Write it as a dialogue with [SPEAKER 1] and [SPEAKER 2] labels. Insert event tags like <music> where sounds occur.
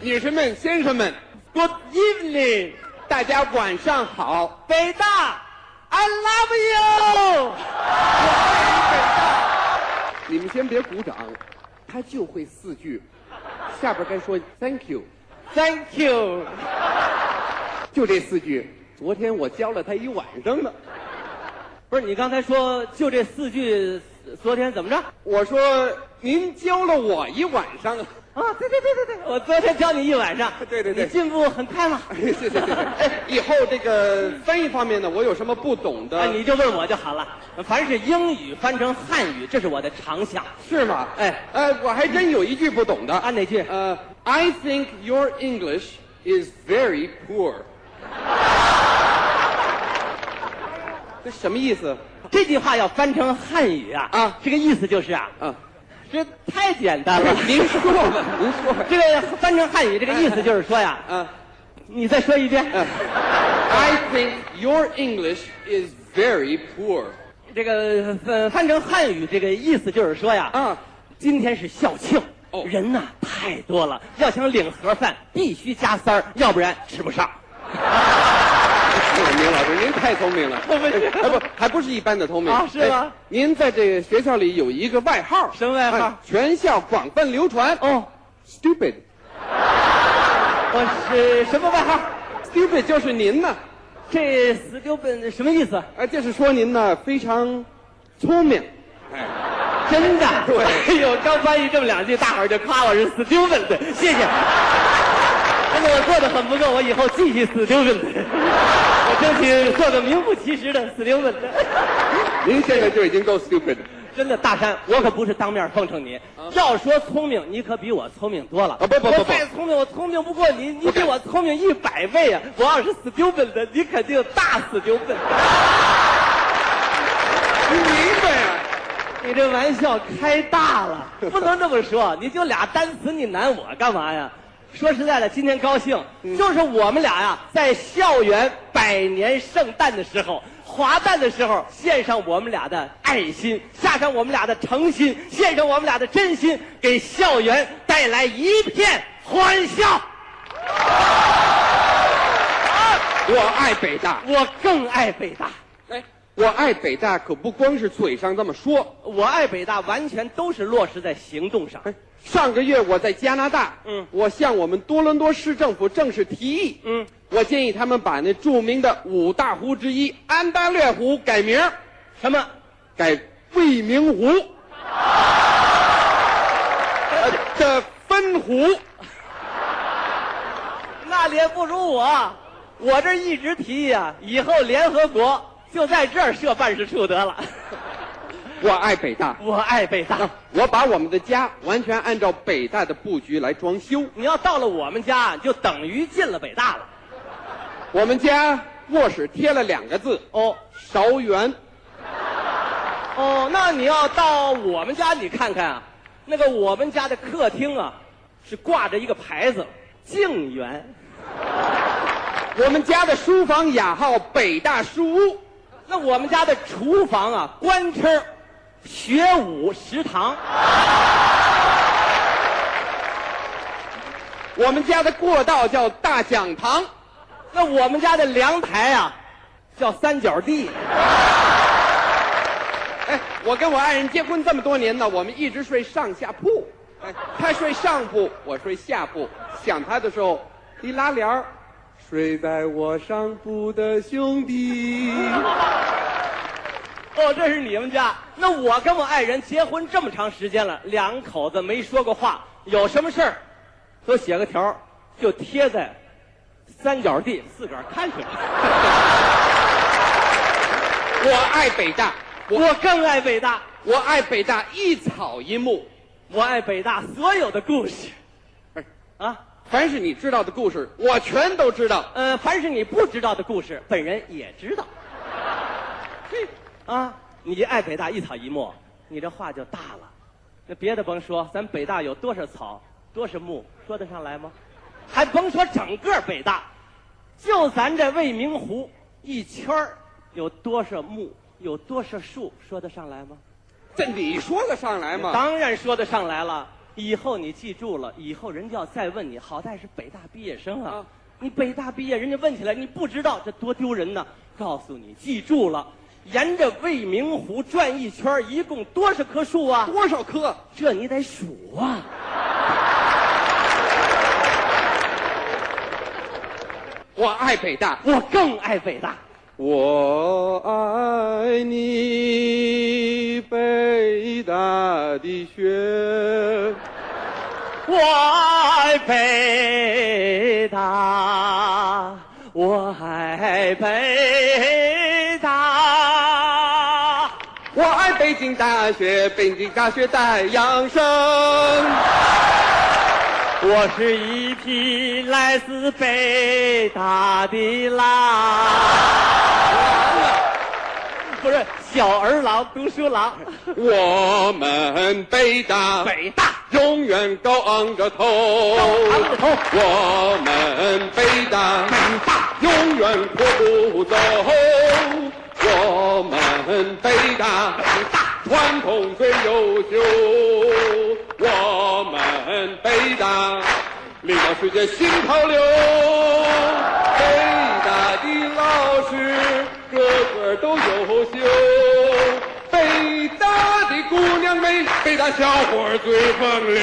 [SPEAKER 1] 女士们、先生们，Good evening，大家晚上好。
[SPEAKER 2] 北大，I love you。
[SPEAKER 1] 你们先别鼓掌，他就会四句，下边该说 Thank you，
[SPEAKER 2] Thank you，
[SPEAKER 1] 就这四句。昨天我教了他一晚上呢。
[SPEAKER 2] 不是你刚才说就这四句，昨天怎么着？
[SPEAKER 1] 我说您教了我一晚上
[SPEAKER 2] <laughs>
[SPEAKER 1] 啊。
[SPEAKER 2] 啊，对对对对对，我昨天教你一晚上，
[SPEAKER 1] 对对对
[SPEAKER 2] 你进步很快嘛。
[SPEAKER 1] <laughs> 谢谢谢谢。哎，以后这个翻译方面呢，我有什么不懂的？
[SPEAKER 2] 啊，你就问我就好了。凡是英语翻成汉语，这是我的长项。
[SPEAKER 1] 是吗？
[SPEAKER 2] 哎
[SPEAKER 1] 呃，我还真有一句不懂的。
[SPEAKER 2] 啊哪句
[SPEAKER 1] 呃，I think your English is very poor。这什么意思？
[SPEAKER 2] 这句话要翻成汉语啊，
[SPEAKER 1] 啊
[SPEAKER 2] 这个意思就是啊，
[SPEAKER 1] 啊，
[SPEAKER 2] 这太简单了。
[SPEAKER 1] <laughs> 您说吧，您说吧。
[SPEAKER 2] 这个翻成汉语，这个意思就是说呀，
[SPEAKER 1] 啊
[SPEAKER 2] 你再说一遍，
[SPEAKER 1] 呃，I think your English is very poor。
[SPEAKER 2] 这个呃翻成汉语，这个意思就是说呀，
[SPEAKER 1] 啊，
[SPEAKER 2] 今天是校庆，
[SPEAKER 1] 哦
[SPEAKER 2] 人呐、太多了，要想领盒饭必须加三儿，要不然吃不 <laughs> 上。
[SPEAKER 1] 明老师，您太聪明了， <laughs>
[SPEAKER 2] 不是
[SPEAKER 1] 哎不，还不是一般的聪明
[SPEAKER 2] 啊是吗
[SPEAKER 1] 哎您在这个学校里有一个外号，
[SPEAKER 2] 什么外号
[SPEAKER 1] 哎全校广泛流传。
[SPEAKER 2] 哦，
[SPEAKER 1] ，stupid，stupid
[SPEAKER 2] 我是什么外号？
[SPEAKER 1] 就是您呢，
[SPEAKER 2] 这死丢本什么意思？
[SPEAKER 1] 哎，就是说您呢非常聪明。
[SPEAKER 2] 真的？
[SPEAKER 1] 对
[SPEAKER 2] 哎呦，刚翻译这么两句，大伙儿就夸我是 stupid，谢谢。但是我做的很不够，我以后继续 stupid，我 <laughs> 争取做个名副其实的 stupid。
[SPEAKER 1] 您现在就已经够 stupid 了
[SPEAKER 2] 真的，大山，我可不是当面奉承你。要说聪明，你可比我聪明多了。
[SPEAKER 1] 啊不不不不
[SPEAKER 2] 我再聪明，我聪明不过你，你比我聪明一百倍啊！我要是 stupid 的，你肯定大 stupid。
[SPEAKER 1] 您明白呀、
[SPEAKER 2] 你这玩笑开大了，不能这么说。你就俩单词，你难我干嘛呀？说实在的，今天高兴，就是我们俩呀，在校园百年圣诞的时候、华诞的时候，献上我们俩的爱心，献上我们俩的诚心，献上我们俩的真心，给校园带来一片欢笑。
[SPEAKER 1] 我爱北大，
[SPEAKER 2] 我更爱北大，
[SPEAKER 1] 哎，我爱北大可不光是嘴上这么说。
[SPEAKER 2] 我爱北大完全都是落实在行动上。
[SPEAKER 1] 哎，上个月我在加拿大，
[SPEAKER 2] 嗯
[SPEAKER 1] 我向我们多伦多市政府正式提议，
[SPEAKER 2] 嗯，
[SPEAKER 1] 我建议他们把那著名的五大湖之一安大略湖改名，
[SPEAKER 2] 什么？
[SPEAKER 1] 改未名湖，呃的分湖。
[SPEAKER 2] 那脸不如我，我这一直提议啊，以后联合国就在这儿设办事处得了。 <laughs>
[SPEAKER 1] 我爱北大，
[SPEAKER 2] 我爱北大，
[SPEAKER 1] 我把我们的家完全按照北大的布局来装修。
[SPEAKER 2] 你要到了我们家，就等于进了北大了。
[SPEAKER 1] 我们家卧室贴了两个字
[SPEAKER 2] 哦
[SPEAKER 1] 韶园，
[SPEAKER 2] 哦，那你要到我们家，你看看啊，那个我们家的客厅啊，是挂着一个牌子“静园
[SPEAKER 1] 我们家的书房雅号北大书屋，”。
[SPEAKER 2] 那我们家的厨房啊，官称“学武食堂
[SPEAKER 1] 我们家的过道叫大讲堂，”。
[SPEAKER 2] 那我们家的凉台啊，叫三角地。
[SPEAKER 1] 哎，我跟我爱人结婚这么多年呢，我们一直睡上下铺。哎，他睡上铺，我睡下铺。想他的时候，一拉帘儿，睡在我上铺的兄弟。
[SPEAKER 2] 哦，这是你们家。那我跟我爱人结婚这么长时间了，两口子没说过话，有什么事儿都写个条儿，就贴在三角地，自个儿看去吧。
[SPEAKER 1] 我爱北大，我
[SPEAKER 2] 我更爱北大，
[SPEAKER 1] 我爱北大一草一木，
[SPEAKER 2] 我爱北大所有的故事。啊，
[SPEAKER 1] 凡是你知道的故事，我全都知道。
[SPEAKER 2] 呃，凡是你不知道的故事，本人也知道。
[SPEAKER 1] 嘿，
[SPEAKER 2] 啊，你爱北大一草一木，你这话就大了。那别的甭说，咱北大有多少草，多少木，说得上来吗？还甭说整个北大，就咱这未名湖一圈儿有多少木，有多少树，说得上来吗？
[SPEAKER 1] 这你说得上来吗？
[SPEAKER 2] 当然说得上来了。以后你记住了，以后人家要再问你，好歹是北大毕业生啊，
[SPEAKER 1] 啊
[SPEAKER 2] 你北大毕业，人家问起来你不知道，这多丢人呐！告诉你，记住了，沿着未名湖转一圈儿，一共多少棵树啊？
[SPEAKER 1] 多少棵？
[SPEAKER 2] 这你得数啊！
[SPEAKER 1] 我爱北大，
[SPEAKER 2] 我更爱北大，
[SPEAKER 1] 我爱你，北大的雪。
[SPEAKER 2] 我爱北大，我爱北大。
[SPEAKER 1] 我爱北京大学，北京大学带阳升。
[SPEAKER 2] 我是一匹来自北大的狼，不是小儿郎，读书郎。
[SPEAKER 1] 我们北大
[SPEAKER 2] 北大
[SPEAKER 1] 永远高昂着头。
[SPEAKER 2] 昂着头
[SPEAKER 1] 我们北大
[SPEAKER 2] 北大
[SPEAKER 1] 永远阔步走。我们北大北大传统最优秀。我们北大领导世界新潮流。北大的老师个个都优秀。北大的姑娘美，北大小伙儿最风流。